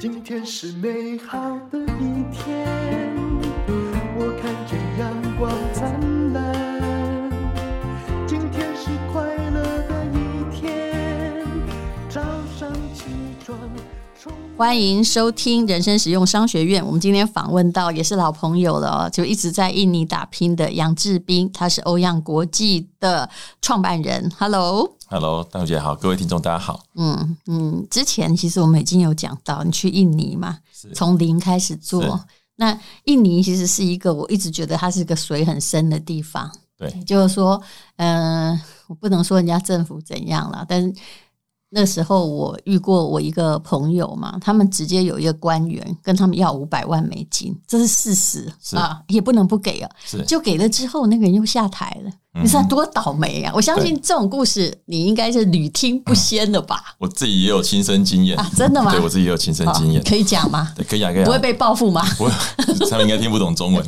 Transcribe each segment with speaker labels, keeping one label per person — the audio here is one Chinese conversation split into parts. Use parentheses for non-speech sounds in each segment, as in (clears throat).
Speaker 1: 今天是美好的一天，我看见阳光灿烂。今天是快乐的一天，早上起床充满
Speaker 2: 欢迎收听人生实用商学院。我们今天访问到也是老朋友了哦，就一直在印尼打拼的杨志斌，他是欧亚国际的创办人。Hello，
Speaker 3: Hello，大小姐好，各位听众大家好。
Speaker 2: 嗯嗯，之前其实我们已经有讲到，你去印尼嘛，
Speaker 3: 是
Speaker 2: 从零开始
Speaker 3: 是
Speaker 2: 做。那印尼其实是一个我一直觉得它是一个水很深的地方，
Speaker 3: 对
Speaker 2: 就是说，嗯、我不能说人家政府怎样啦，但是那时候我遇过我一个朋友嘛，他们直接有一个官员跟他们要五百万美金，这是事实
Speaker 3: 是
Speaker 2: 啊，也不能不给啊。
Speaker 3: 是
Speaker 2: 就给了之后，那个人又下台了，你知道多倒霉啊！我相信
Speaker 3: 嗯对
Speaker 2: 这种故事你应该是屡听不鲜的吧？
Speaker 3: 我自己也有亲身经验
Speaker 2: 啊真的吗
Speaker 3: 对我自己也有亲身经验
Speaker 2: 啊，可以讲吗？
Speaker 3: 对，可以啊，可以啊。
Speaker 2: 不会被报复吗？ (laughs)
Speaker 3: 不会， (laughs) 他们应该听不懂 (laughs) 中文。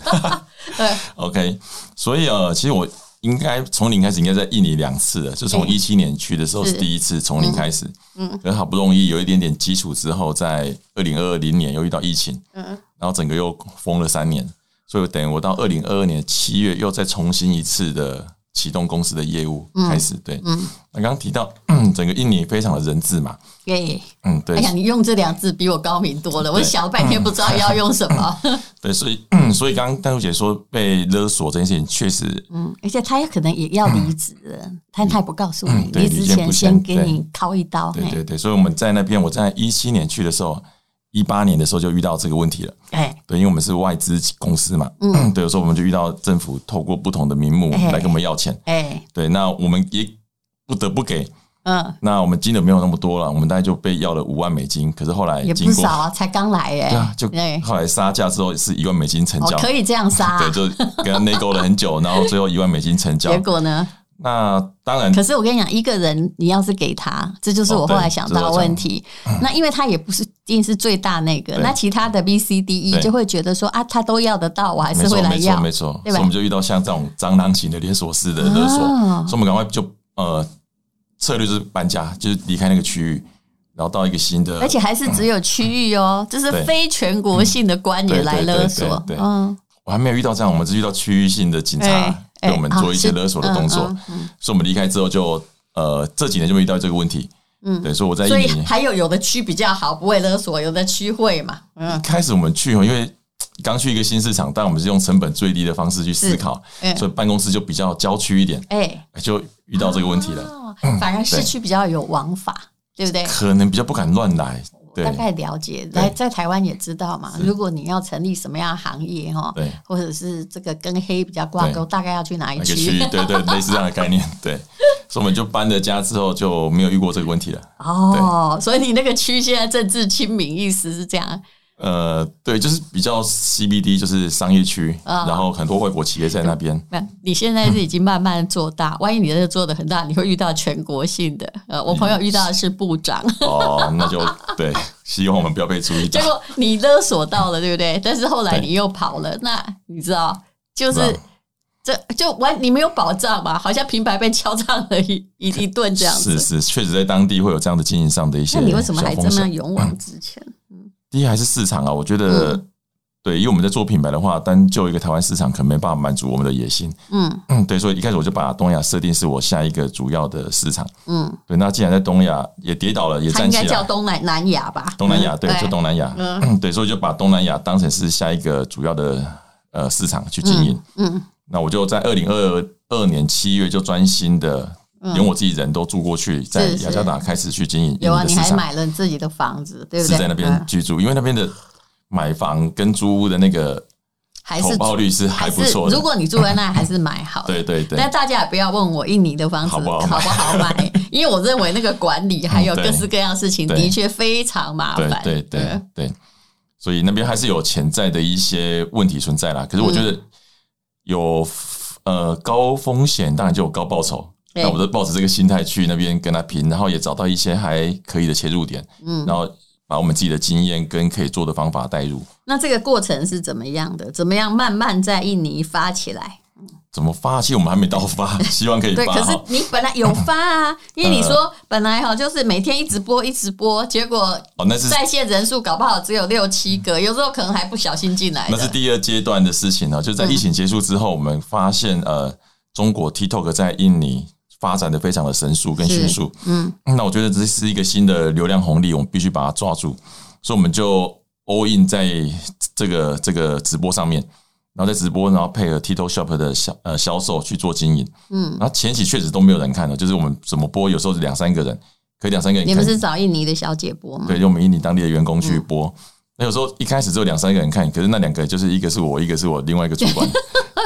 Speaker 2: 对，
Speaker 3: OK，所以呃，其实我应该从零开始，应该在印尼两次了，就从
Speaker 2: 嗯
Speaker 3: 一七年去的时候是
Speaker 2: 是
Speaker 3: 第一次从零开始，嗯，可能好不容易有一点点基础之后，在二零二零年又遇到疫情，嗯，然后整个又封了三年，所以等于我到二零二二年七月又再重新一次的启动公司的业务开始，对，嗯，那刚刚提到 (clears throat) 整个印尼非常的人质嘛，
Speaker 2: 耶！
Speaker 3: 嗯，对
Speaker 2: 哎，呀，你用这两字比我高明多了，我
Speaker 3: 对嗯
Speaker 2: 想了半天不知道要用什
Speaker 3: (laughs)
Speaker 2: 么。
Speaker 3: 对，所以 (clears throat) 所以刚刚戴茹姐说被勒索这件事情，确实
Speaker 2: 嗯，而且他也可能也要离职了，他他也不告诉你
Speaker 3: 嗯，对
Speaker 2: 离职
Speaker 3: 离间
Speaker 2: 前
Speaker 3: 不
Speaker 2: 先
Speaker 3: 先
Speaker 2: 给你敲一刀。
Speaker 3: 对
Speaker 2: 嘿
Speaker 3: 对对，所以我们在那边，我在一七年去的时候，一八年的时候就遇到这个问题了。
Speaker 2: 哎，
Speaker 3: 对，因为我们是外资公司嘛，嗯，对，有时候我们就遇到政府透过不同的名目
Speaker 2: 哎
Speaker 3: 来跟我们要钱，
Speaker 2: 哎，
Speaker 3: 对，那我们也不得不给，
Speaker 2: 嗯，
Speaker 3: 那我们金额没有那么多了，我们大概就被要了五万美金，可是后来
Speaker 2: 也
Speaker 3: 经
Speaker 2: 不
Speaker 3: 过
Speaker 2: 少啊，才刚来
Speaker 3: 对啊
Speaker 2: 哎，，
Speaker 3: 就
Speaker 2: 对，
Speaker 3: 后来杀价之后是一万美金成
Speaker 2: 哦
Speaker 3: 交，，
Speaker 2: 可以这样杀
Speaker 3: 对，
Speaker 2: 啊，
Speaker 3: 就跟他内购了很
Speaker 2: (laughs)
Speaker 3: 久，然后最后一万美金成交
Speaker 2: 结，果呢？
Speaker 3: 那当然
Speaker 2: 可是我跟你讲，一个人你要是给他，这就是我
Speaker 3: 哦
Speaker 2: 后
Speaker 3: 对
Speaker 2: 来想到的问题。那因为他也不是一定是最大那个，
Speaker 3: 对
Speaker 2: 那其他的 B、C、D、E
Speaker 3: 对
Speaker 2: 就会觉得说啊，他都要得到，我还
Speaker 3: 没
Speaker 2: 是
Speaker 3: 错，
Speaker 2: 会来
Speaker 3: 没错，
Speaker 2: 要。
Speaker 3: 没错，
Speaker 2: 对
Speaker 3: 所
Speaker 2: 吧
Speaker 3: 以我们就遇到像这种蟑螂型的连锁式的勒索，
Speaker 2: 哦
Speaker 3: 所以我们赶快就呃策略就是搬家，就是离开那个区域，然后到一个新的，
Speaker 2: 而且还是只有区域哦，这是
Speaker 3: 对
Speaker 2: 非全国性的官员
Speaker 3: 对对
Speaker 2: 来勒索
Speaker 3: 对对对。对
Speaker 2: 嗯，
Speaker 3: 我还没有遇到这样，我们是遇到区域性的警察
Speaker 2: 哎哎
Speaker 3: 对我们做一些
Speaker 2: 啊是
Speaker 3: 勒索的动作
Speaker 2: 嗯，
Speaker 3: 所以我们离开之后就呃这几年就没遇到这个问题，嗯，对，所以我在
Speaker 2: 所
Speaker 3: 印
Speaker 2: 以
Speaker 3: 尼
Speaker 2: 还有有的区比较好，不会勒索；有的区会嘛。嗯
Speaker 3: 一开始我们去哦，因为刚去一个新市场，但我们是用成本最低的方式去思考
Speaker 2: 是嗯，
Speaker 3: 所以办公室就比较郊区一点，
Speaker 2: 哎、
Speaker 3: 就遇到这个问题了。
Speaker 2: 哦反而市区比较有王法，对不对？
Speaker 3: 可能比较不敢乱来，对
Speaker 2: 大，概了解，
Speaker 3: 对
Speaker 2: 来在台湾也知道嘛。如果你要成立什么样的行业哈
Speaker 3: 对，
Speaker 2: 或者是这个跟黑比较挂钩，
Speaker 3: 对
Speaker 2: 大概要去哪一
Speaker 3: 那
Speaker 2: (laughs)
Speaker 3: 个区域
Speaker 2: 区？，
Speaker 3: 对对，类似这样的概念，对。所以我们就搬了家之后就没有遇过这个问题了。
Speaker 2: 哦，所以你那个区现在政治亲民，意思是这样。
Speaker 3: 呃，对，就是比较 CBD，就是商业区，
Speaker 2: 啊
Speaker 3: 然后很多外国企业在那边。
Speaker 2: 那你现在是已经慢慢做
Speaker 3: (laughs)
Speaker 2: 大，万一你这做的很大，你会遇到全国性的。呃，我朋友遇到的是部长，
Speaker 3: 哦，那就对， (laughs) 希望我们不要被注意到
Speaker 2: 结。
Speaker 3: (laughs)
Speaker 2: 果你勒索到了，对不对？但是后来
Speaker 3: 对
Speaker 2: 你又跑了，那你知道，就是
Speaker 3: 是吧
Speaker 2: 这就完，你没有保障嘛，好像平白被敲诈了一 (laughs) 一一顿这样子。
Speaker 3: 是是，确实在当地会有这样的经营上的一些
Speaker 2: 那你为什么
Speaker 3: 小
Speaker 2: 还
Speaker 3: 风
Speaker 2: 这么
Speaker 3: 险
Speaker 2: 勇往直前？
Speaker 3: 第一还是市场啊，我觉得、
Speaker 2: 嗯
Speaker 3: 对，因为我们在做品牌的话，单就一个台湾市场可能没办法满足我们的野心。
Speaker 2: 嗯
Speaker 3: 嗯，对，所以一开始我就把东亚设定是我下一个主要的市场。
Speaker 2: 嗯，
Speaker 3: 对，那既然在东亚也跌倒了，也
Speaker 2: 它
Speaker 3: 站
Speaker 2: 应
Speaker 3: 起
Speaker 2: 该叫
Speaker 3: 来，
Speaker 2: 东南南亚吧？
Speaker 3: 东南亚
Speaker 2: 嗯
Speaker 3: 对，就东南亚，嗯 (clears throat) 对，所以就把东南亚当成是下一个主要的呃市场去经营。
Speaker 2: 嗯嗯
Speaker 3: 那我就在二零二二年七月就专心的，连我自己人都住过去，在
Speaker 2: 嗯是
Speaker 3: 雅加达开始去经营印尼
Speaker 2: 有啊，
Speaker 3: 的
Speaker 2: 你
Speaker 3: 市
Speaker 2: 还
Speaker 3: 场，
Speaker 2: 买了自己的房子，对不
Speaker 3: 是
Speaker 2: 对？
Speaker 3: 在那边
Speaker 2: 嗯
Speaker 3: 居住，因为那边的买房跟租屋的那个
Speaker 2: 还
Speaker 3: 投
Speaker 2: 是
Speaker 3: 报率是还
Speaker 2: 还
Speaker 3: 不
Speaker 2: 是
Speaker 3: 错的
Speaker 2: 如。果你住在那，还是买好。
Speaker 3: 对。对对
Speaker 2: 但，大家也不要问我印尼的房子好
Speaker 3: 好
Speaker 2: 不
Speaker 3: 不好买
Speaker 2: 好
Speaker 3: (laughs)
Speaker 2: 买，因为我认为那个管理还有
Speaker 3: 嗯对
Speaker 2: 各式各样的事情
Speaker 3: 对
Speaker 2: 的确非常麻
Speaker 3: 对
Speaker 2: 烦。
Speaker 3: 对对对，所以那边还是有潜在的一些问题存在啦。可是我觉
Speaker 2: 嗯
Speaker 3: 得有、呃高风险，当然就有高报酬。
Speaker 2: 对
Speaker 3: 那我就抱着这个心态去那边跟他拼，然后也找到一些还可以的切入点，
Speaker 2: 嗯
Speaker 3: 然后把我们自己的经验跟可以做的方法带入。
Speaker 2: 那这个过程是怎么样的？怎么样慢慢在印尼发起来？
Speaker 3: 怎么发？其实我们还没到
Speaker 2: (laughs)
Speaker 3: 发，希望可以
Speaker 2: 对，
Speaker 3: 发
Speaker 2: 可是
Speaker 3: 哈。
Speaker 2: 你本来有发啊，
Speaker 3: 嗯
Speaker 2: 因为你说本来哈就是每天一直播一直播，结果
Speaker 3: 哦，那是
Speaker 2: 在线人数搞不好只有六七个，有时候可能还不小心进来
Speaker 3: 那是
Speaker 2: 的。
Speaker 3: 第二阶段的事情呢、哦就
Speaker 2: 嗯
Speaker 3: 在疫情结束之后，我们发现呃，中国 TikTok 在印尼发展的非常的神速跟迅速。
Speaker 2: 嗯，
Speaker 3: 那我觉得这是一个新的流量红利，我们必须把它抓住，所以我们就 all in 在这个这个直播上面。然后在直播，然后配合 TikTok Shop 的销呃销售去做经营，
Speaker 2: 嗯，
Speaker 3: 然后前期确实都没有人看的，就是我们怎么播，有时候是两三个人，可以两三个人
Speaker 2: 你
Speaker 3: 看
Speaker 2: 们是嗯找印尼的小姐播吗？
Speaker 3: 对，就我们印尼当地的员工去播。那有时候一开始只有两三个人看，可是那两个就是一个是我，一个是我另外一个主
Speaker 2: (laughs)
Speaker 3: 管，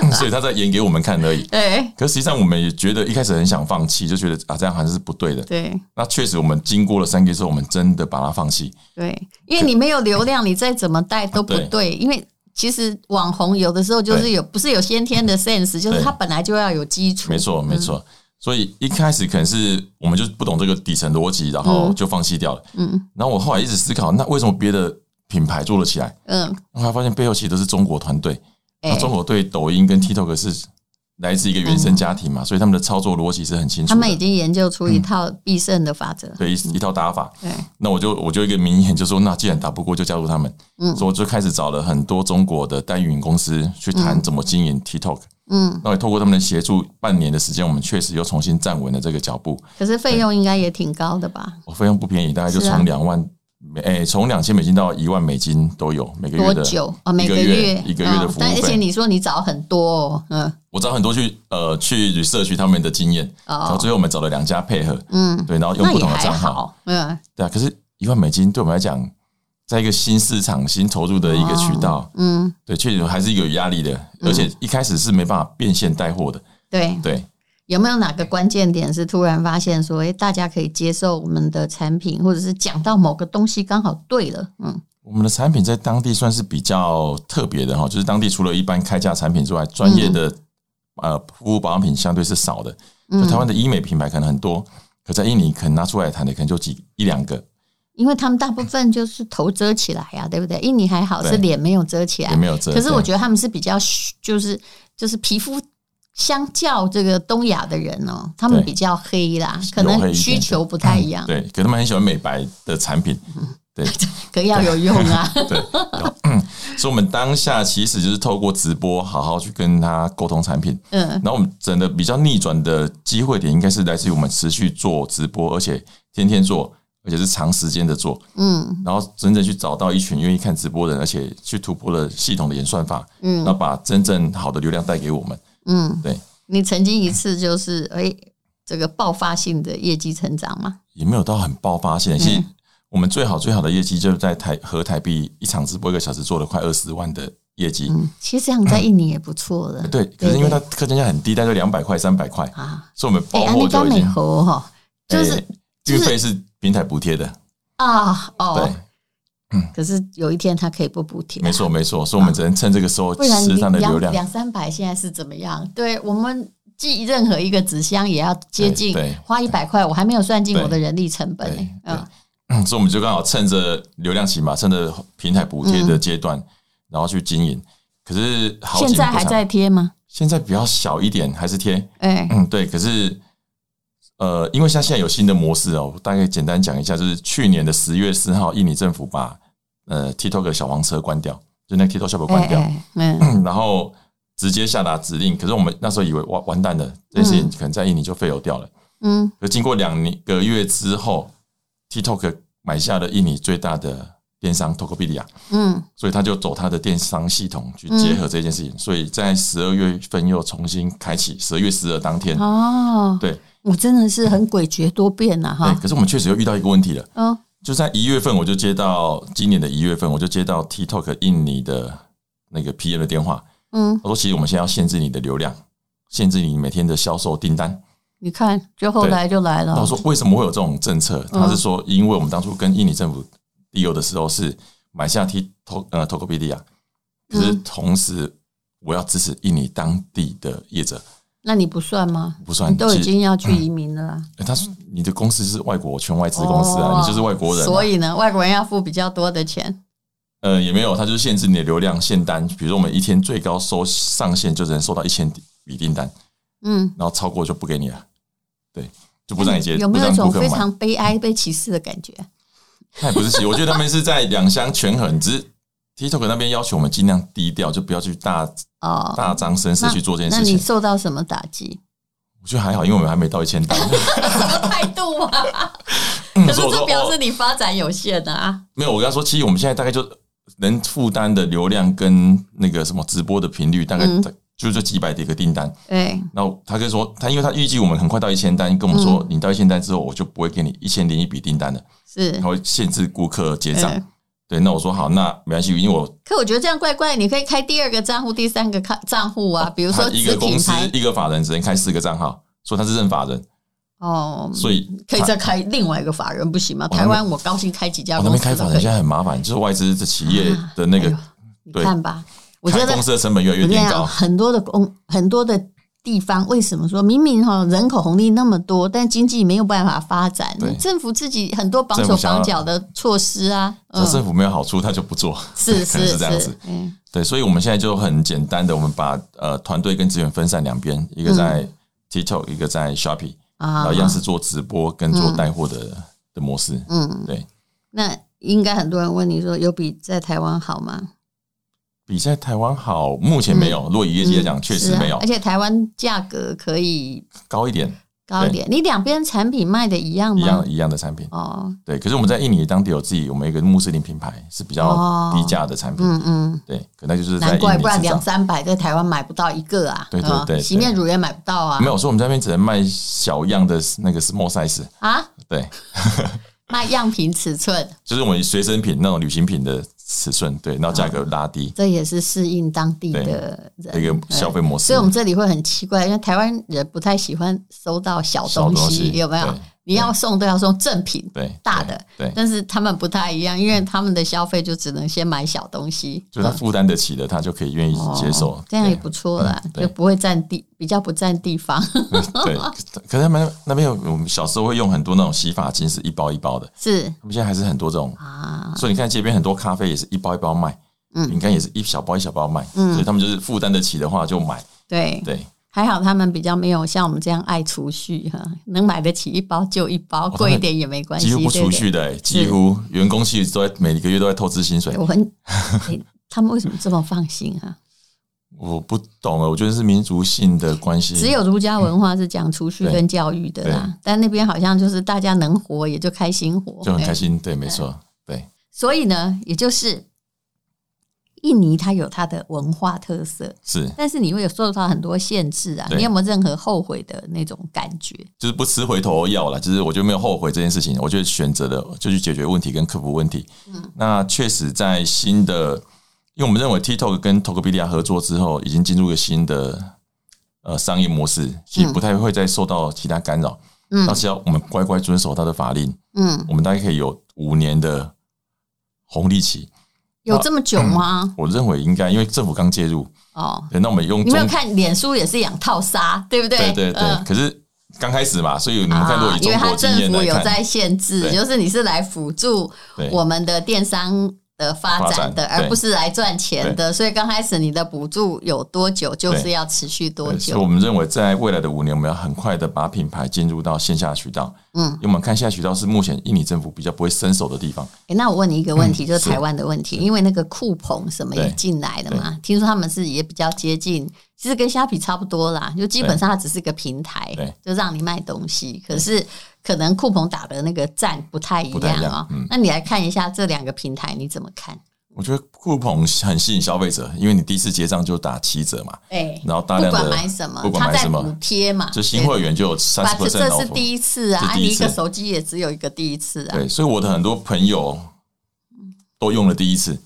Speaker 3: 嗯所以他在演给我们看而已。
Speaker 2: 对
Speaker 3: 可实际上我们也觉得一开始很想放弃，就觉得啊这样还是不对的。
Speaker 2: 对
Speaker 3: 那确实我们经过了三个月之后，我们真的把它放弃。
Speaker 2: 对，因为你没有流量，你再怎么带都不
Speaker 3: 对
Speaker 2: 对，因为。其实网红有的时候就是
Speaker 3: 对
Speaker 2: 有，不是有先天的 sense，就是
Speaker 3: 对
Speaker 2: 他本来就要有基础。
Speaker 3: 没错，没错。所以一开始可能是我们就不懂这个底层逻辑，然后
Speaker 2: 嗯
Speaker 3: 就放弃掉了。
Speaker 2: 嗯
Speaker 3: 然后我后来一直思考，那为什么别的品牌做了起来？
Speaker 2: 嗯，
Speaker 3: 我还发现背后其实都是中国团队。
Speaker 2: 哎、
Speaker 3: 那中国对抖音跟 TikTok 是来自一个原生家庭嘛，所以他们的操作逻辑是很清楚
Speaker 2: 嗯他们已
Speaker 3: 的。
Speaker 2: 经研究出一套必胜的法则。
Speaker 3: 嗯对一一套打法，
Speaker 2: 对，
Speaker 3: 那我就我就一个名言，就说那既然打不过，就加入他们。
Speaker 2: 嗯
Speaker 3: 所以我就开始找了很多中国的代运营公司去谈怎么经营 TikTok。
Speaker 2: 嗯，
Speaker 3: 那也透过他们的协助，半年的时间，我们确实又重新站稳了这个脚步。
Speaker 2: 可是费用应该也挺高的吧？
Speaker 3: 我费用不便宜，大概就是
Speaker 2: 啊
Speaker 3: 从两万美，诶，从两千美金到一万美金都有，每个
Speaker 2: 多
Speaker 3: 月的
Speaker 2: 久啊？每
Speaker 3: 一个
Speaker 2: 月
Speaker 3: 月一个月的
Speaker 2: 嗯
Speaker 3: 服务
Speaker 2: 但而且
Speaker 3: 费。
Speaker 2: 你说你找很多哦，嗯
Speaker 3: 我找很多去呃去 research 他们的经验，然后
Speaker 2: 哦，
Speaker 3: 最后我们找了两家配合，
Speaker 2: 嗯，
Speaker 3: 对，然后用
Speaker 2: 那
Speaker 3: 不
Speaker 2: 也
Speaker 3: 同的
Speaker 2: 还
Speaker 3: 账号，
Speaker 2: 好，嗯
Speaker 3: 对啊。可是，一万美金对我们来讲，在一个新市场、新投入的一个渠道，
Speaker 2: 嗯，
Speaker 3: 对，确实还是有压力的，而且一开始是没办法变现带货的，
Speaker 2: 对。
Speaker 3: 对，
Speaker 2: 有没有哪个关键点是突然发现说，诶，大家可以接受我们的产品，或者是讲到某个东西刚好对了，嗯
Speaker 3: 我们的产品在当地算是比较特别的哈，就是当地除了一般开价产品之外，专业的、
Speaker 2: 嗯
Speaker 3: 呃护肤保养品相对是少的。就台湾的医美品牌可能很多，可在印尼可能拿出来谈的可能就几一两个，
Speaker 2: 因为他们大部分就是头遮起来呀、对不对？印尼还好
Speaker 3: 对
Speaker 2: 是脸没有遮起来
Speaker 3: 也，没有这。
Speaker 2: 可是我
Speaker 3: 得
Speaker 2: 觉得他们是比较虚就是就是皮肤相较这个东亚的人哦，他们
Speaker 3: 对
Speaker 2: 比较黑啦，可
Speaker 3: 有黑一
Speaker 2: 能
Speaker 3: 点嗯
Speaker 2: 需求不太一样，
Speaker 3: 对，可他们很喜欢美白的产品，对
Speaker 2: 可要有用啊。
Speaker 3: 对。所以，我们当下其实就是透过直播，好好去跟他沟通产品。
Speaker 2: (laughs) 嗯，
Speaker 3: 然后我们整的比较逆转的机会点，应该是来自于我们持续做直播，而且天天做，而且是长时间的做，
Speaker 2: 嗯
Speaker 3: 然后真正去找到一群愿意看直播的人，而且去突破了系统的演算法，
Speaker 2: 嗯
Speaker 3: 然后把真正好的流量带给我们。
Speaker 2: 嗯，
Speaker 3: 对，
Speaker 2: 你曾经一次就是哎、这个爆发性的业绩成长嘛，
Speaker 3: 也没有到很爆发
Speaker 2: 嗯
Speaker 3: 性，其实我们最好最好的业绩就是在台和台币一场直播一个小时做了快二十万的业绩。
Speaker 2: 嗯，其实这样在印尼也不错的。
Speaker 3: 嗯对，可是因为它客单价很低，大概两百块、三百块，
Speaker 2: 啊，
Speaker 3: 所以我们
Speaker 2: 哎、
Speaker 3: 包
Speaker 2: 安
Speaker 3: 货
Speaker 2: 利
Speaker 3: 就
Speaker 2: 甘
Speaker 3: 已
Speaker 2: 美
Speaker 3: 经，
Speaker 2: 猴哈，就是、
Speaker 3: 哎
Speaker 2: 就是
Speaker 3: 运费是平台补贴的，
Speaker 2: 啊
Speaker 3: 对
Speaker 2: 哦，，可是有一天他可以不补贴、
Speaker 3: 没错，没错，所以我们只能趁这个时候
Speaker 2: 不然
Speaker 3: 吃
Speaker 2: 你
Speaker 3: 它的流
Speaker 2: 两
Speaker 3: 量，
Speaker 2: 两三百现在是怎么样？对我们寄任何一个纸箱也要接近
Speaker 3: 哎对对
Speaker 2: 花一百块，我还没有算进
Speaker 3: 对
Speaker 2: 我的人力成本
Speaker 3: 对
Speaker 2: 呢。
Speaker 3: 对
Speaker 2: 嗯，
Speaker 3: 嗯所以我们就刚好趁着流量起码，趁着平台补贴的阶段，然后去经营。可是好景
Speaker 2: 嗯现
Speaker 3: 不
Speaker 2: 在还
Speaker 3: 长
Speaker 2: 在贴吗？
Speaker 3: 现在比较小一点，还是贴，
Speaker 2: 哎，
Speaker 3: 嗯，对。可是呃，因为像现在有新的模式哦，我大概简单讲一下，就是去年的十月四号，印尼政府把呃 TikTok 的小黄车关掉，就那 TikTok Shop
Speaker 2: 哎
Speaker 3: 关掉，
Speaker 2: 哎嗯，
Speaker 3: 然后直接下达指令。可是我们那时候以为完完蛋了，这件事情可能在印尼就废油掉了。
Speaker 2: 嗯，
Speaker 3: 可经过两年个月之后，TikTok 买下了印尼最大的电商 Tokopedia，
Speaker 2: 嗯，
Speaker 3: 所以他就走他的电商系统去结合这件事情，所以在十二月份又重新开启。十二月十二当天，
Speaker 2: 哦，
Speaker 3: 对
Speaker 2: 我真的是很诡谲多变呐、
Speaker 3: 对，
Speaker 2: 哈。
Speaker 3: 哎可是我们确实又遇到一个问题了，
Speaker 2: 嗯，
Speaker 3: 就在一月份，我就接到今年的一月份，我就接到 TikTok 印尼的那个 PM 的电话，
Speaker 2: 嗯，
Speaker 3: 他说其实我们现在要限制你的流量，限制你每天的销售订单。
Speaker 2: 你看，就后来就来了
Speaker 3: 那我。说为什么会有这种政策？
Speaker 2: 嗯
Speaker 3: 他是说，因为我们当初跟印尼政府 deal 的时候是买下 T 投呃 Tokopedia，可
Speaker 2: 嗯
Speaker 3: 是同时我要支持印尼当地的业者，
Speaker 2: 那你不算吗？
Speaker 3: 不算
Speaker 2: 你都已
Speaker 3: 其实
Speaker 2: 经要去移民了啦，
Speaker 3: 欸他说你的公司是外国全外资公司啊，
Speaker 2: 哦
Speaker 3: 你就是外国人啊、
Speaker 2: 所以呢，外国人要付比较多的钱。
Speaker 3: 呃也没有，他就是限制你的流量限单，比如说我们一天最高收上限就只能收到一千笔订单，
Speaker 2: 嗯，
Speaker 3: 然后超过就不给你了，对，就不让你接，
Speaker 2: 有没有一
Speaker 3: 不让
Speaker 2: 种
Speaker 3: 顾客
Speaker 2: 非
Speaker 3: 买。
Speaker 2: 常悲哀、被歧视的感觉？
Speaker 3: 那也不是奇，我觉得他们是在两相权衡，只是 TikTok 那边要求我们尽量低调，就不要去大
Speaker 2: 哦，
Speaker 3: 大张声势去做这件
Speaker 2: 那
Speaker 3: 事
Speaker 2: 你
Speaker 3: 情。
Speaker 2: 受到什么打击？
Speaker 3: 我觉得还好，因为我们还没到一千 (laughs) 单。
Speaker 2: 态度啊，
Speaker 3: 可
Speaker 2: 可是这表示
Speaker 3: 哦、
Speaker 2: 你发展有限的啊。
Speaker 3: 没有，我跟他说，其实我们现在大概就呃能负担的流量跟那个什么直播的频率，大概
Speaker 2: 嗯
Speaker 3: 就这几百的一个订单。
Speaker 2: 对，
Speaker 3: 然后他就说，他因为他预计我们很快到一千单，跟我们说，你到一千单之后，我就不会给你一千零一笔订单了，
Speaker 2: 是
Speaker 3: 他。会限制顾客结账
Speaker 2: 嗯。
Speaker 3: 对，那我说好，那没关系，因为我
Speaker 2: 可我觉得这样怪怪，你可以开第二个账户、第三个开账户啊，比如说
Speaker 3: 一
Speaker 2: 子
Speaker 3: 个公
Speaker 2: 品
Speaker 3: 司
Speaker 2: 牌
Speaker 3: 一个法人只能开四个账号，所以他是认法人，
Speaker 2: 哦，
Speaker 3: 所以
Speaker 2: 可以再开另外一个法人不行吗？
Speaker 3: 我还
Speaker 2: 台
Speaker 3: 没
Speaker 2: 湾我高兴开几家
Speaker 3: 我哦那
Speaker 2: 公
Speaker 3: 边
Speaker 2: 司
Speaker 3: 开
Speaker 2: 都
Speaker 3: 法
Speaker 2: 可
Speaker 3: 人
Speaker 2: 以
Speaker 3: 现在很麻烦，就是外资的企业的那个
Speaker 2: 哎呦你
Speaker 3: 对
Speaker 2: 看吧，我觉
Speaker 3: 开
Speaker 2: 得
Speaker 3: 公司的成本越来越
Speaker 2: 我跟你
Speaker 3: 变
Speaker 2: 讲，
Speaker 3: 高。
Speaker 2: 很多的公很多的地方，为什么说明明哈人口红利那么多，但经济没有办法发展
Speaker 3: 对？
Speaker 2: 政府自己很多绑
Speaker 3: 政
Speaker 2: 手
Speaker 3: 府想要
Speaker 2: 绑脚的措施啊，
Speaker 3: 那
Speaker 2: 嗯，
Speaker 3: 政府没有好处，他就不做，
Speaker 2: 是
Speaker 3: 可能
Speaker 2: 是
Speaker 3: 是这 (laughs) 样子。，
Speaker 2: 嗯
Speaker 3: 对，所以我们现在就很简单的，我们把呃团队跟资源分散两边，一个在 TikTok，一个在 Shopee，然
Speaker 2: 嗯啊
Speaker 3: 后一样是做直播跟做
Speaker 2: 嗯
Speaker 3: 带货的的模式。
Speaker 2: 嗯，
Speaker 3: 对，
Speaker 2: 那应该很多人问你说，有比在台湾好吗？
Speaker 3: 比在台湾好，目前没有。如果以业绩来讲，
Speaker 2: 嗯
Speaker 3: 确
Speaker 2: 是
Speaker 3: 实
Speaker 2: 啊
Speaker 3: 没有
Speaker 2: 而且台湾价格可以
Speaker 3: 高一点，
Speaker 2: 高一点。你两边产品卖的一样
Speaker 3: 一
Speaker 2: 吗
Speaker 3: 样？一样的产品。
Speaker 2: 哦，
Speaker 3: 对，可是我们在印尼当地有自己，我们有一个穆斯林品牌是比
Speaker 2: 哦
Speaker 3: 较低价的产品。
Speaker 2: 嗯嗯，
Speaker 3: 对，可能就是在
Speaker 2: 难
Speaker 3: 印
Speaker 2: 怪，
Speaker 3: 尼
Speaker 2: 不然
Speaker 3: 市
Speaker 2: 两
Speaker 3: 场。
Speaker 2: 三百在台湾买不到一个啊。
Speaker 3: 对对
Speaker 2: 嗯
Speaker 3: 对
Speaker 2: 洗面乳也买不到啊。
Speaker 3: 没有，所以我们这边只能卖小样的那个 small size。
Speaker 2: 啊，
Speaker 3: 对，
Speaker 2: 卖样品尺寸，
Speaker 3: 就是我们随身品那种旅行品的尺寸，对，然后价格拉低
Speaker 2: (laughs) 这也是适应当地
Speaker 3: 对
Speaker 2: 的人
Speaker 3: 一个消。费
Speaker 2: 嗯
Speaker 3: 模式
Speaker 2: 所以，我。们这里会很奇怪，因为台湾人不太喜欢收到小
Speaker 3: 小
Speaker 2: 东
Speaker 3: 东
Speaker 2: 西，
Speaker 3: 西
Speaker 2: 有没有
Speaker 3: 对？
Speaker 2: 你要送都要送正品，
Speaker 3: 对
Speaker 2: 大的，
Speaker 3: 对，对
Speaker 2: 但是他们不太一样，因为他们的消费就只能先买小东西，
Speaker 3: 就他负担得起的，他就可以愿意接受
Speaker 2: 哦。这样也
Speaker 3: 对
Speaker 2: 不错啦，
Speaker 3: 嗯对
Speaker 2: 就不会占地，比较不占地方，
Speaker 3: (laughs) 对，可可是他们那边有我们小时候会用很多那种洗发精是一包一包的，
Speaker 2: 是
Speaker 3: 他们现在还是很多这种。
Speaker 2: 啊，
Speaker 3: 所以你看街边很多咖啡也是一包一包卖，
Speaker 2: 嗯
Speaker 3: 饼干也是一小包一小包卖，
Speaker 2: 嗯
Speaker 3: 所以他们就是负担得起的话就买。
Speaker 2: 对，
Speaker 3: 对，
Speaker 2: 还好他们比较没有像我们这样爱储蓄哈，能买得起一包就一包，
Speaker 3: 哦们
Speaker 2: 贵一点也没关系，
Speaker 3: 几乎不
Speaker 2: 对
Speaker 3: 储蓄的、欸，几乎员工其实都在每个月都在透支薪水
Speaker 2: 对。我
Speaker 3: (laughs)
Speaker 2: 很、哎他们为什么这么放心啊？
Speaker 3: 我不懂啊，我觉得是民族性的关系。
Speaker 2: 只有儒家文化是讲储蓄
Speaker 3: 对
Speaker 2: 跟教育的啦，但那边好像就是大家能活也就开心活，
Speaker 3: 就很开
Speaker 2: 哎
Speaker 3: 心，对，没错，对，
Speaker 2: 所以呢，也就是印尼它有它的文化特色，
Speaker 3: 是
Speaker 2: 但是你会有受到很多限制啊。
Speaker 3: 对
Speaker 2: 你有没有任何后悔的那种感觉？
Speaker 3: 就是不吃回头药了，就是我就没有后悔这件事情，我就选择了就去解决问题跟克服问题。嗯，那确实在新的，因为我们认为 TikTok 跟 Tokopedia 合作之后，已经进入一个新的呃商业模式，其实不太会再受到其他干扰。
Speaker 2: 嗯
Speaker 3: 那只要我们乖乖遵守它的法令，
Speaker 2: 嗯，
Speaker 3: 我们大概可以有五年的红利期。
Speaker 2: 有这么久吗？
Speaker 3: 我认为应该，因为政府刚介入，
Speaker 2: 哦，
Speaker 3: 对，那我们用
Speaker 2: 你没有
Speaker 3: 嗯中
Speaker 2: 看脸书也是养套杀，对不对？
Speaker 3: 对对对，
Speaker 2: 嗯
Speaker 3: 可是刚开始嘛，所以你们看，如果
Speaker 2: 啊
Speaker 3: 以，
Speaker 2: 因
Speaker 3: 中
Speaker 2: 为它
Speaker 3: 国经
Speaker 2: 政
Speaker 3: 验
Speaker 2: 府
Speaker 3: 来
Speaker 2: 有
Speaker 3: 看，
Speaker 2: 在限制，
Speaker 3: 对
Speaker 2: 就是你是来辅助
Speaker 3: 对
Speaker 2: 我们的电商的发
Speaker 3: 发
Speaker 2: 展
Speaker 3: 展
Speaker 2: 的，
Speaker 3: 对
Speaker 2: 而不是来赚钱的。所以刚开始你的补助有多久，就是
Speaker 3: 对
Speaker 2: 要持续多
Speaker 3: 对所以我
Speaker 2: 久。
Speaker 3: 们认为在未来的五年，我们要很快的把品牌进入到线下渠道，
Speaker 2: 嗯
Speaker 3: 因，为我们看线下渠道是目前印尼政府比较不会伸手的地方。
Speaker 2: 诶那我问你一个问题，
Speaker 3: 嗯
Speaker 2: 就是
Speaker 3: 是
Speaker 2: 台湾的问题，因为那个酷鹏什么也
Speaker 3: 对
Speaker 2: 进来了嘛，听说他们是也比较接近，其实跟虾皮差不多啦，就基本上它只是一个平台
Speaker 3: 对，
Speaker 2: 就让你卖东西，可是。可能酷鹏打的那个战不太一
Speaker 3: 不太
Speaker 2: 样
Speaker 3: 一样
Speaker 2: 啊、哦
Speaker 3: 嗯
Speaker 2: 那你来看一下这两个平台，你怎么看？
Speaker 3: 我觉得酷鹏很吸引消费者，因为你第一次结账就打七折嘛，
Speaker 2: 哎、
Speaker 3: 然后大
Speaker 2: 不
Speaker 3: 量的
Speaker 2: 管买什么，
Speaker 3: 不管
Speaker 2: 他
Speaker 3: 买
Speaker 2: 在
Speaker 3: 什
Speaker 2: 补
Speaker 3: 么，
Speaker 2: 贴嘛，
Speaker 3: 就新会员就有
Speaker 2: 对
Speaker 3: 三十
Speaker 2: 吧。这
Speaker 3: percent
Speaker 2: 这是第一次啊，
Speaker 3: 这
Speaker 2: 啊，
Speaker 3: 第
Speaker 2: 你
Speaker 3: 一
Speaker 2: 一
Speaker 3: 次
Speaker 2: 个手机也只有一个第一次啊。
Speaker 3: 对，所以我的很多朋友都用了第一次，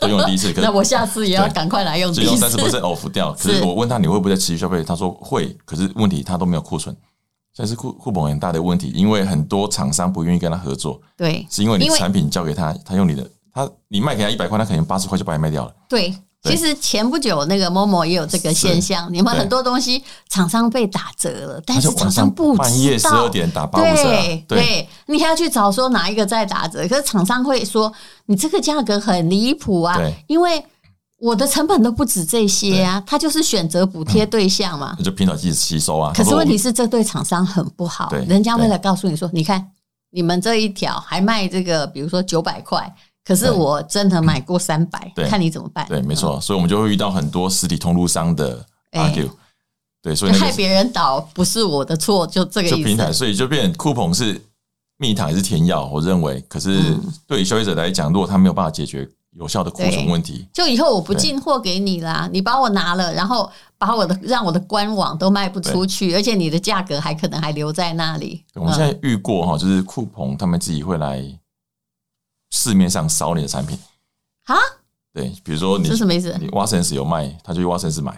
Speaker 3: 都用了第一
Speaker 2: (laughs)
Speaker 3: 次，可
Speaker 2: 那
Speaker 3: 是
Speaker 2: 我下次也要
Speaker 3: 对
Speaker 2: 赶快来用
Speaker 3: 只
Speaker 2: 第
Speaker 3: 有
Speaker 2: 一
Speaker 3: 三十
Speaker 2: 次。
Speaker 3: off 掉。可是
Speaker 2: 是
Speaker 3: 我问他你会不会再持续消费，他说会，可是问题他都没有库存，这是库库本很大的问题，因为很多厂商不愿意跟他合作，
Speaker 2: 对
Speaker 3: 是因为你
Speaker 2: 因为
Speaker 3: 产品交给他，他用你的，他你卖给他一百块，他可能八十块就把你卖掉了。
Speaker 2: 对，
Speaker 3: 对
Speaker 2: 其实前不久那个 Momo 也有这个现象，你们
Speaker 3: 对
Speaker 2: 很多东西厂商被打折了，但
Speaker 3: 他
Speaker 2: 是
Speaker 3: 就晚
Speaker 2: 厂
Speaker 3: 上
Speaker 2: 商不知道。
Speaker 3: 半夜十二点打八五折啊
Speaker 2: 对，
Speaker 3: 对，
Speaker 2: 对，你还要去找说哪一个在打折，可是厂商会说你这个价格很离谱啊
Speaker 3: 对，
Speaker 2: 因为。我的成本都不止这些啊，他就是选择补
Speaker 3: 嗯
Speaker 2: 贴对象嘛。
Speaker 3: 那就拼到自己吸收啊。
Speaker 2: 可是问题
Speaker 3: 是，
Speaker 2: 是，这对厂商很不好
Speaker 3: 对，
Speaker 2: 人家为了告诉你说，你看你们这一条还卖这个，比如说九百块，可是
Speaker 3: 对
Speaker 2: 我真的买过三百
Speaker 3: 对，
Speaker 2: 看你怎么办。哦
Speaker 3: 对，没错，所以我们就会遇到很多实体通路商的
Speaker 2: 哎
Speaker 3: argue，对，所
Speaker 2: 嗯，
Speaker 3: 以那
Speaker 2: 害
Speaker 3: 个
Speaker 2: 别人倒不是我的错，就这个
Speaker 3: 就
Speaker 2: 意思。
Speaker 3: 平台，所以就变 coupon 是蜜糖也是甜药，我认为。可是
Speaker 2: 嗯
Speaker 3: 对于消费者来讲，如果他没有办法解决有效的库存
Speaker 2: 对
Speaker 3: 问题，
Speaker 2: 就以后我不进货给你啦，你把我拿了，然后把我的让我的官网都卖不出去，而且你的价格还可能还留在那里。
Speaker 3: 我们现在遇过哈，就是酷鹏他们自己会来市面上扫你的产品
Speaker 2: 啊，
Speaker 3: 对，比如说
Speaker 2: 嗯
Speaker 3: 你
Speaker 2: 这什么意思？
Speaker 3: 你蛙神 s 有卖，他就去蛙神 s 买，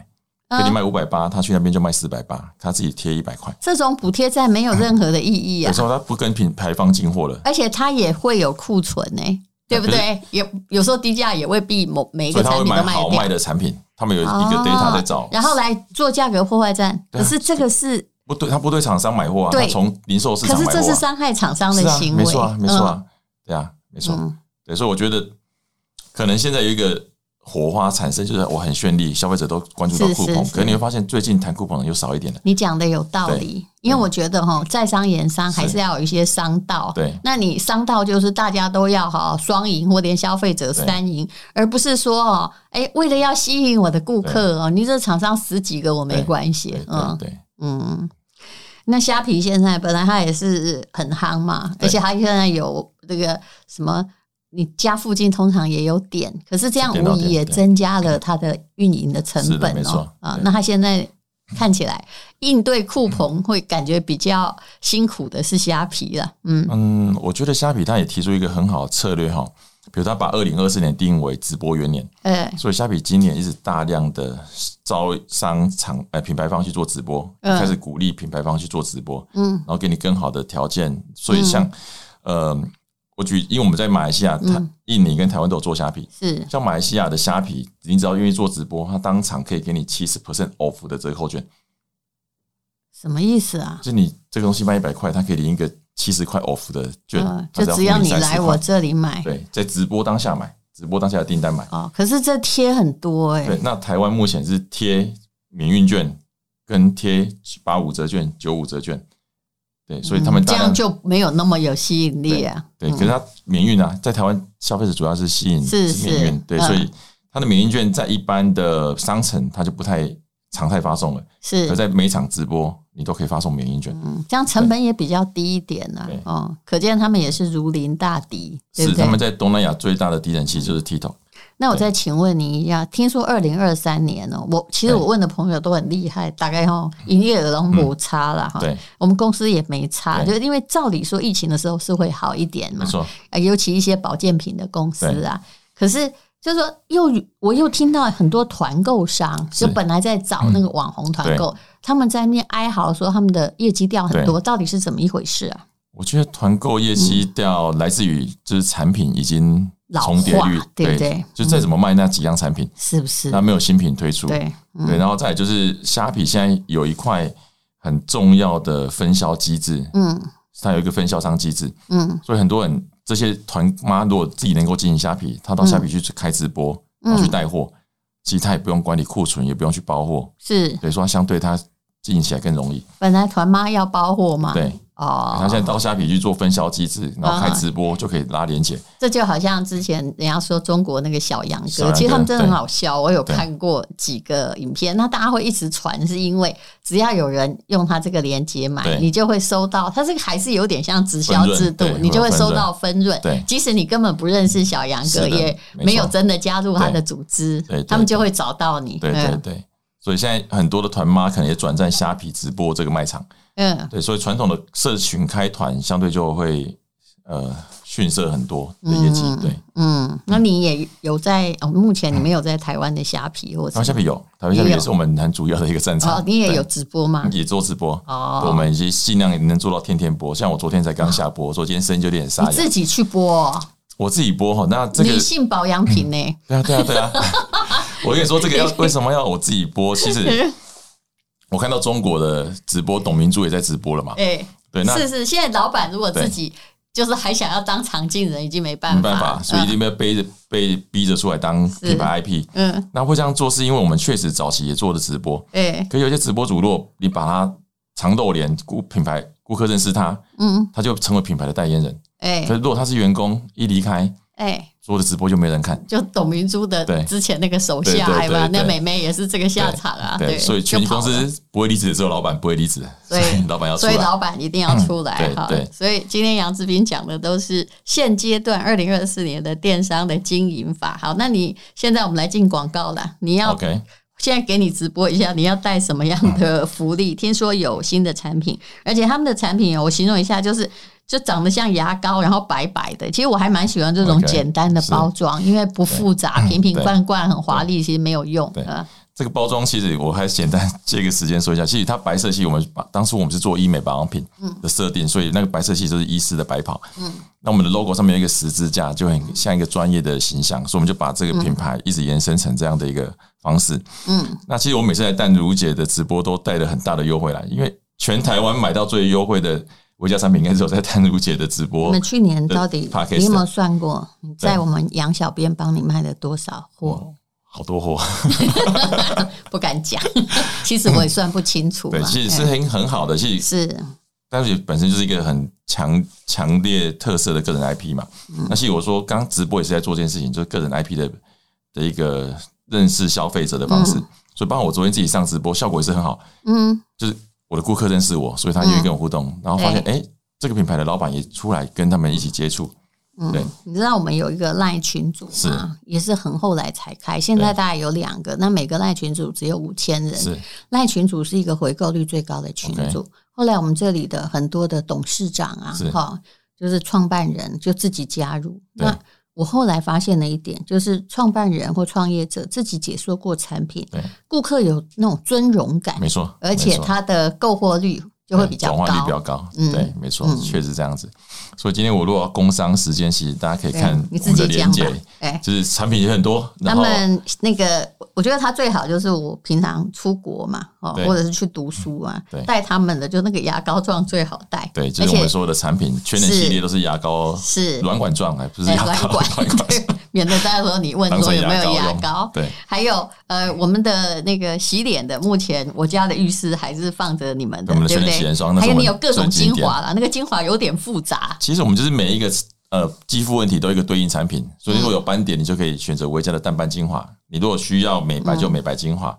Speaker 2: 嗯
Speaker 3: 给你卖五百八，他去那边就卖四百八，他自己贴一百块。
Speaker 2: 这种补贴站没有任何的意义
Speaker 3: 有
Speaker 2: 啊
Speaker 3: 时，候他不跟品牌方进货了，
Speaker 2: 而且它也会有库存呢、对不对？有有时候低价也未必某每一
Speaker 3: 啊所
Speaker 2: 个
Speaker 3: 以他
Speaker 2: 产
Speaker 3: 会
Speaker 2: 品
Speaker 3: 买
Speaker 2: 都卖
Speaker 3: 好
Speaker 2: 得
Speaker 3: 卖
Speaker 2: 掉。
Speaker 3: 的产品。他们有一个
Speaker 2: 哦
Speaker 3: data 在找，
Speaker 2: 然后来做价格破坏战，
Speaker 3: 对啊
Speaker 2: 可是这个是，
Speaker 3: 不对，他不对厂商买货啊，
Speaker 2: 对
Speaker 3: 他从零售市
Speaker 2: 可
Speaker 3: 场
Speaker 2: 是
Speaker 3: 买货、啊。
Speaker 2: 这是伤害厂商的
Speaker 3: 是啊，
Speaker 2: 行为，
Speaker 3: 没错啊，没错
Speaker 2: 嗯
Speaker 3: 啊，对啊，没错。
Speaker 2: 嗯
Speaker 3: 对，所以我觉得可能现在有一个火花产生，就是我很绚丽，消费者都关注到
Speaker 2: 是
Speaker 3: 酷
Speaker 2: 是
Speaker 3: 鹏，
Speaker 2: 是
Speaker 3: 可是你会发现最近谈酷鹏的又少一点了。
Speaker 2: 你讲的有道理，因为我觉得哈，在商言商
Speaker 3: 是
Speaker 2: 还是要有一些商道。
Speaker 3: 对
Speaker 2: 那你商道就是大家都要哈双赢，或连消费者三赢，而不是说哦，哎，为了要吸引我的顾客哦，你这厂商十几个我没关系
Speaker 3: 对，对
Speaker 2: 嗯
Speaker 3: 对，
Speaker 2: 嗯。那虾皮现在本来它也是很夯嘛，
Speaker 3: 对
Speaker 2: 而且它现在有这个什么，你家附近通常也有点，可是这样
Speaker 3: 是点到
Speaker 2: 无疑
Speaker 3: 点
Speaker 2: 也
Speaker 3: 对
Speaker 2: 增加了它的运营的成
Speaker 3: 是的
Speaker 2: 本
Speaker 3: 没
Speaker 2: 哦
Speaker 3: 错。
Speaker 2: 啊，
Speaker 3: 对
Speaker 2: 那它现在看起来应对酷鹏会感觉比较辛苦的是虾皮了，嗯，
Speaker 3: 嗯，我觉得虾皮它也提出一个很好的策略哈，比如它把二零二四年定为直播元年，
Speaker 2: 呃，
Speaker 3: 所以虾皮今年一直大量的招商场呃品牌方去做直播，
Speaker 2: 嗯
Speaker 3: 开始鼓励品牌方去做直播，
Speaker 2: 嗯
Speaker 3: 然后给你更好的条件。所以像、呃，我举，因为我们在马来西亚、
Speaker 2: 嗯
Speaker 3: 它印尼跟台湾都有做虾皮，
Speaker 2: 是
Speaker 3: 像马来西亚的虾皮，你只要愿意做直播，它当场可以给你七十 percent off 的折扣券，
Speaker 2: 什么意思啊？
Speaker 3: 就是你这个东西卖一百块，它可以领一个七十块 off 的券，
Speaker 2: 呃，
Speaker 3: 它
Speaker 2: 就只要
Speaker 3: 付
Speaker 2: 你
Speaker 3: 30
Speaker 2: 来
Speaker 3: 块
Speaker 2: 我这里买
Speaker 3: 对，在直播当下买，直播当下的订单买。
Speaker 2: 哦，可是这贴很多哎、
Speaker 3: 对，那台湾目前是贴免运券跟贴八五折券、九五折券，对，所以他们
Speaker 2: 嗯这
Speaker 3: 大
Speaker 2: 样
Speaker 3: 量、
Speaker 2: 就没有那么有吸引力啊。
Speaker 3: 对，可是它免运啊，在台湾消费者主要是吸引
Speaker 2: 是
Speaker 3: 免运
Speaker 2: 是，
Speaker 3: 对，
Speaker 2: 嗯
Speaker 3: 所以它的免运券在一般的商城它就不太常态发送了。
Speaker 2: 是
Speaker 3: 可在每场直播你都可以发送免疫券，
Speaker 2: 嗯，这样成本也比较低一点呢、
Speaker 3: 对
Speaker 2: 哦，可见他们也是如临大敌，对
Speaker 3: 是
Speaker 2: 不
Speaker 3: 他们
Speaker 2: 对？嗯
Speaker 3: 在东南亚最大的敌人，其实就是 TikTok。
Speaker 2: 那我再请问你一下，听说二零二三年哦，我其实
Speaker 3: 对
Speaker 2: 我问的朋友都很厉害，大概哦，营业额都不差了哈、
Speaker 3: 嗯对，
Speaker 2: 我们公司也没差，就
Speaker 3: 对
Speaker 2: 是因为照理说疫情的时候是会好一点
Speaker 3: 没
Speaker 2: 嘛，
Speaker 3: 错，
Speaker 2: 呃尤其一些保健品的公司啊。可是就是说又，我又听到很多团购商，
Speaker 3: 是
Speaker 2: 就本来在找那个网红团购，他们在面哀嚎说他们的业绩掉很多，到底是怎么一回事啊？
Speaker 3: 我觉得团购业绩掉来自于就是产品已经重叠率
Speaker 2: 嗯老化，对不对
Speaker 3: 就再怎么卖那几样产品，
Speaker 2: 是不是？
Speaker 3: 那没有新品推出，
Speaker 2: 对，嗯
Speaker 3: 对，然后再来就是虾皮现在有一块很重要的分销机制，
Speaker 2: 嗯
Speaker 3: 它有一个分销商机制，
Speaker 2: 嗯
Speaker 3: 所以很多人这些团妈如果自己能够经营虾皮，他到虾皮去开直播，
Speaker 2: 嗯
Speaker 3: 然后去带货，其实他也不用管理库存，也不用去包货，
Speaker 2: 是
Speaker 3: 所以说它相对它经营起来更容易。
Speaker 2: 本来团妈要包货嘛，
Speaker 3: 对，
Speaker 2: 哦，
Speaker 3: 它现在到虾皮去做分销机
Speaker 2: 啊
Speaker 3: 制，然后开直播就可以拉连接。
Speaker 2: 这就好像之前人家说中国那个小杨
Speaker 3: 小
Speaker 2: 哥，
Speaker 3: 杨
Speaker 2: 其实他们
Speaker 3: 哥
Speaker 2: 真的很
Speaker 3: 对
Speaker 2: 好笑。我有
Speaker 3: 对
Speaker 2: 看过几个影片，那大家会一直传，是因为只要有人用他这个链接买，
Speaker 3: 对
Speaker 2: 你就会收到。他这个还是有点像直销
Speaker 3: 分润
Speaker 2: 制度
Speaker 3: 对，
Speaker 2: 你就会收到分润
Speaker 3: 对。
Speaker 2: 即使你根本不认识小杨
Speaker 3: 是
Speaker 2: 哥，
Speaker 3: 的
Speaker 2: 也
Speaker 3: 没
Speaker 2: 没有
Speaker 3: 错
Speaker 2: 真的加入他
Speaker 3: 对
Speaker 2: 的组织
Speaker 3: 对对，
Speaker 2: 他们
Speaker 3: 对
Speaker 2: 就会找到你。
Speaker 3: 对对
Speaker 2: 嗯
Speaker 3: 对，所以现在很多的团妈可能也转战虾皮直播这个卖场。
Speaker 2: 嗯，
Speaker 3: 对，所以传统的社群开团相对就会呃逊色很多的业绩。对，
Speaker 2: 嗯，那你也有在哦？目
Speaker 3: 嗯
Speaker 2: 前你没有在台湾的虾皮或
Speaker 3: 台
Speaker 2: 者
Speaker 3: 湾虾皮有，台湾虾皮也是我们很主要的一个战
Speaker 2: 哦
Speaker 3: 场。，
Speaker 2: 你也
Speaker 3: 对嗯
Speaker 2: 有直播吗？
Speaker 3: 也做直播。
Speaker 2: 哦
Speaker 3: 对我们已经尽量能做到天天播，像我昨天才刚下播，所以今天声音就有点沙
Speaker 2: 哦你
Speaker 3: 哑
Speaker 2: 自。己去播哦、
Speaker 3: 我自己播哈，那这个
Speaker 2: 女性保养品呢、
Speaker 3: 对啊，对啊，对
Speaker 2: (laughs)
Speaker 3: 啊！我跟你说，这个要为什么要我自己播？
Speaker 2: (laughs)
Speaker 3: 其实我看到中国的直播，董明珠也在直播了嘛。
Speaker 2: 哎、
Speaker 3: 对，那
Speaker 2: 是是，现在老板如果自己就是还想要当常进人，已经没办
Speaker 3: 没
Speaker 2: 法，嗯
Speaker 3: 办法，所以一定被背着被逼着出来当品牌 IP。
Speaker 2: 嗯，哎
Speaker 3: 那会这样做，是因为我们确实早期也做的直播，
Speaker 2: 对，
Speaker 3: 可有些直播主，如果你把他长豆脸顾品牌顾客认识他，
Speaker 2: 嗯，
Speaker 3: 他就成为品牌的代言人。
Speaker 2: 哎
Speaker 3: 可是如果他是员工，一离开，
Speaker 2: 哎。
Speaker 3: 所有的直播就没人看。
Speaker 2: 就董明珠的
Speaker 3: 对
Speaker 2: 之前那个手
Speaker 3: 对
Speaker 2: 下，
Speaker 3: 对
Speaker 2: 还有
Speaker 3: 对对
Speaker 2: 那美眉也是这个下场啊，对，
Speaker 3: 所以全
Speaker 2: 就
Speaker 3: 公
Speaker 2: 跑了
Speaker 3: 司不会离职，只有老板不会离职，
Speaker 2: 所以
Speaker 3: 老板要出
Speaker 2: 所以
Speaker 3: 来。
Speaker 2: 老板一定要出来
Speaker 3: 嗯
Speaker 2: 哈、
Speaker 3: 对对
Speaker 2: 所以今天杨志斌讲的都是现阶段二零二四年的电商的经营法。好，那你现在我们来进广告了，你要
Speaker 3: OK，
Speaker 2: 现在给你直播一下，你要带什么样的福利？听说有新的产品，而且他们的产品我形容一下，就是就长得像牙膏，然后白白的。其实我还蛮喜欢这种
Speaker 3: OK，
Speaker 2: 简单的
Speaker 3: 是
Speaker 2: 包装因为不复杂，瓶瓶
Speaker 3: 对
Speaker 2: 罐罐很华丽，其实没有用
Speaker 3: 对
Speaker 2: 啊。
Speaker 3: 这个包装其实我还简单 (laughs) 借个时间说一下，其实它白色系我们把当初我们是做医美保养品
Speaker 2: 嗯
Speaker 3: 的设定，所以那个白色系就是医师的白袍。嗯，那我们的 logo 上面有一个十字架，就很像一个专业的形象，所以我们就把这个品牌一直延伸成这样的一个方式。
Speaker 2: 嗯，
Speaker 3: 那其实我每次来淡如姐的直播都带了很大的优惠来，因为全台湾买到最优惠的维嘉产品，应该是有在淡如姐的直
Speaker 2: 我
Speaker 3: 播
Speaker 2: 们。去年到底
Speaker 3: 对，podcast
Speaker 2: 你有没有算过，你在
Speaker 3: 对
Speaker 2: 我们杨小编帮你卖了多少
Speaker 3: 嗯
Speaker 2: 货？
Speaker 3: 好多货，
Speaker 2: 不敢讲， (laughs) 其实我也算不清楚
Speaker 3: 对，
Speaker 2: 嘛。
Speaker 3: 其实是
Speaker 2: 嗯
Speaker 3: 很很好的，其实
Speaker 2: 是
Speaker 3: 但是本身就是一个很强强烈特色的个人 IP 嘛。
Speaker 2: 嗯
Speaker 3: 那其实我说，刚刚直播也是在做这件事情，就是个人 IP 的的一个认识消费者的方式。所以，包括我昨天自己上直播，效果也是很好，
Speaker 2: 嗯，
Speaker 3: 就是我的顾客认识我，所以他愿意跟我互动，然后发现哎、诶这个品牌的老板也出来跟他们一起接触。对
Speaker 2: 嗯，你知道我们有一个赖群组
Speaker 3: 是
Speaker 2: 吗？也是很后来才开，现在
Speaker 3: 对
Speaker 2: 大概有两个，那每个赖群组只有五千人。
Speaker 3: 是
Speaker 2: 赖群组是一个回购率最高的群组。后来我们这里的很多的董事长啊
Speaker 3: 是，
Speaker 2: 哈，就是创办人就自己加入。
Speaker 3: 对
Speaker 2: 那我后来发现了一点，就是创办人或创业者自己解说过产品，
Speaker 3: 对，
Speaker 2: 顾客有那种尊荣感，
Speaker 3: 没错，
Speaker 2: 而且
Speaker 3: 没错
Speaker 2: 他的购货率就会比较
Speaker 3: 转化率比较
Speaker 2: 高。
Speaker 3: 高，
Speaker 2: 嗯
Speaker 3: 对，没错
Speaker 2: 嗯，
Speaker 3: 确实这样子。所以今天我如果要工商时间，其实大家可以
Speaker 2: 对
Speaker 3: 看
Speaker 2: 你
Speaker 3: 我
Speaker 2: 自
Speaker 3: 们的
Speaker 2: 己
Speaker 3: 连
Speaker 2: 讲吧
Speaker 3: 接，。
Speaker 2: 哎，
Speaker 3: 就是产品也很多，
Speaker 2: 他
Speaker 3: 然后
Speaker 2: 们那个，我我觉得他最好就是我平常出国嘛，哦，
Speaker 3: 对嗯
Speaker 2: 或者是去读书啊
Speaker 3: 对，
Speaker 2: 带他们的就那个牙膏状最好带，
Speaker 3: 对，就
Speaker 2: 而
Speaker 3: 是我
Speaker 2: 且
Speaker 3: 们所有的产品，全能
Speaker 2: 是
Speaker 3: 系列都是牙膏
Speaker 2: 是
Speaker 3: 软管状，哎，不是
Speaker 2: 哎
Speaker 3: 牙
Speaker 2: 软
Speaker 3: 膏
Speaker 2: 管，
Speaker 3: 软
Speaker 2: (laughs)
Speaker 3: 管，
Speaker 2: 对，免得到时候你问
Speaker 3: 当
Speaker 2: 说
Speaker 3: 成
Speaker 2: 有没有
Speaker 3: 膏
Speaker 2: 牙
Speaker 3: 用
Speaker 2: 膏。
Speaker 3: 对，
Speaker 2: 还有呃，我们的那个洗脸的，目前我家的浴室还是放着你们的，
Speaker 3: 我们的
Speaker 2: 对不
Speaker 3: 全脸洗脸霜
Speaker 2: 对？
Speaker 3: 那
Speaker 2: 还
Speaker 3: 是
Speaker 2: 有
Speaker 3: 我
Speaker 2: 你
Speaker 3: 们
Speaker 2: 有各种
Speaker 3: 最
Speaker 2: 精
Speaker 3: 经典
Speaker 2: 华啦，那个精华有点复杂，
Speaker 3: 其实我们就是每一个呃肌肤问题都有一个对应产品，所以如
Speaker 2: 嗯
Speaker 3: 果有斑点，你就可以选择维嘉的淡斑精华；你如果需要美白，
Speaker 2: 嗯
Speaker 3: 就美白精华；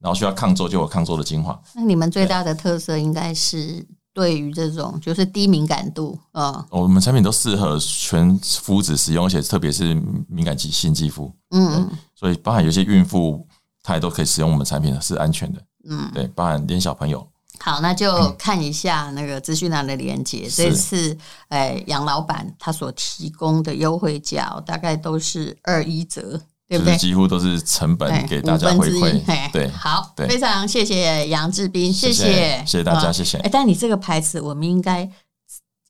Speaker 3: 然后需要抗皱，就有抗皱的精华。
Speaker 2: 那你们最大的特色应该是对于这种就是低敏感度，嗯
Speaker 3: 我们产品都适合全肤质使用，而且特别是敏感肌性肌肤，
Speaker 2: 嗯
Speaker 3: 所以包含有些孕妇她也都可以使用我们产品，是安全的。
Speaker 2: 嗯。
Speaker 3: 对，包含连小朋友，
Speaker 2: 好，那就看一下那个资讯栏的连接。
Speaker 3: 是
Speaker 2: 这次，哎，杨老板他所提供的优惠价哦大概都是二一折，对
Speaker 3: 就
Speaker 2: 不对
Speaker 3: 是？几乎都是成
Speaker 2: 哎
Speaker 3: 本给大家
Speaker 2: 五分
Speaker 3: 回
Speaker 2: 之一
Speaker 3: 馈
Speaker 2: 嘿。
Speaker 3: 对，
Speaker 2: 好，
Speaker 3: 对
Speaker 2: 非常谢谢杨志斌，谢
Speaker 3: 谢谢谢谢大家
Speaker 2: 啊
Speaker 3: 谢谢
Speaker 2: 哎，但你这个牌子，我们应该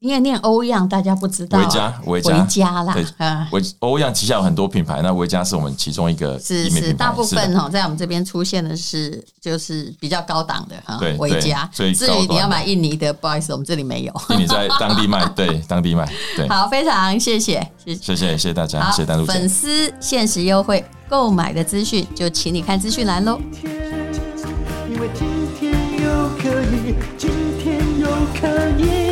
Speaker 2: 因为念欧样，大家不知道啊
Speaker 3: 维嘉维嘉
Speaker 2: 维嘉啦
Speaker 3: 对，
Speaker 2: 啊，
Speaker 3: 维欧漾旗下有很多品牌，那维嘉是我们其中一个
Speaker 2: 是
Speaker 3: 医美
Speaker 2: 是，
Speaker 3: 品牌，
Speaker 2: 大部分 (laughs)
Speaker 3: 的
Speaker 2: 哦，在我们这边出现的是就是比较高档的哈
Speaker 3: 对，
Speaker 2: 维
Speaker 3: 对
Speaker 2: 嘉。至
Speaker 3: 最高
Speaker 2: 于你
Speaker 3: 端
Speaker 2: 要
Speaker 3: 的
Speaker 2: 买印尼的，不好意思，我们这里没有。
Speaker 3: 因为你在当地卖，对当地卖，对，
Speaker 2: 好，非常谢谢，谢谢。
Speaker 3: 谢谢谢谢大家，
Speaker 2: 好，
Speaker 3: 谢谢丹露姐。
Speaker 2: 粉丝限时优惠购买的资讯，就请你看资讯栏喽。
Speaker 1: 天，因为今天又可以，今天又可以。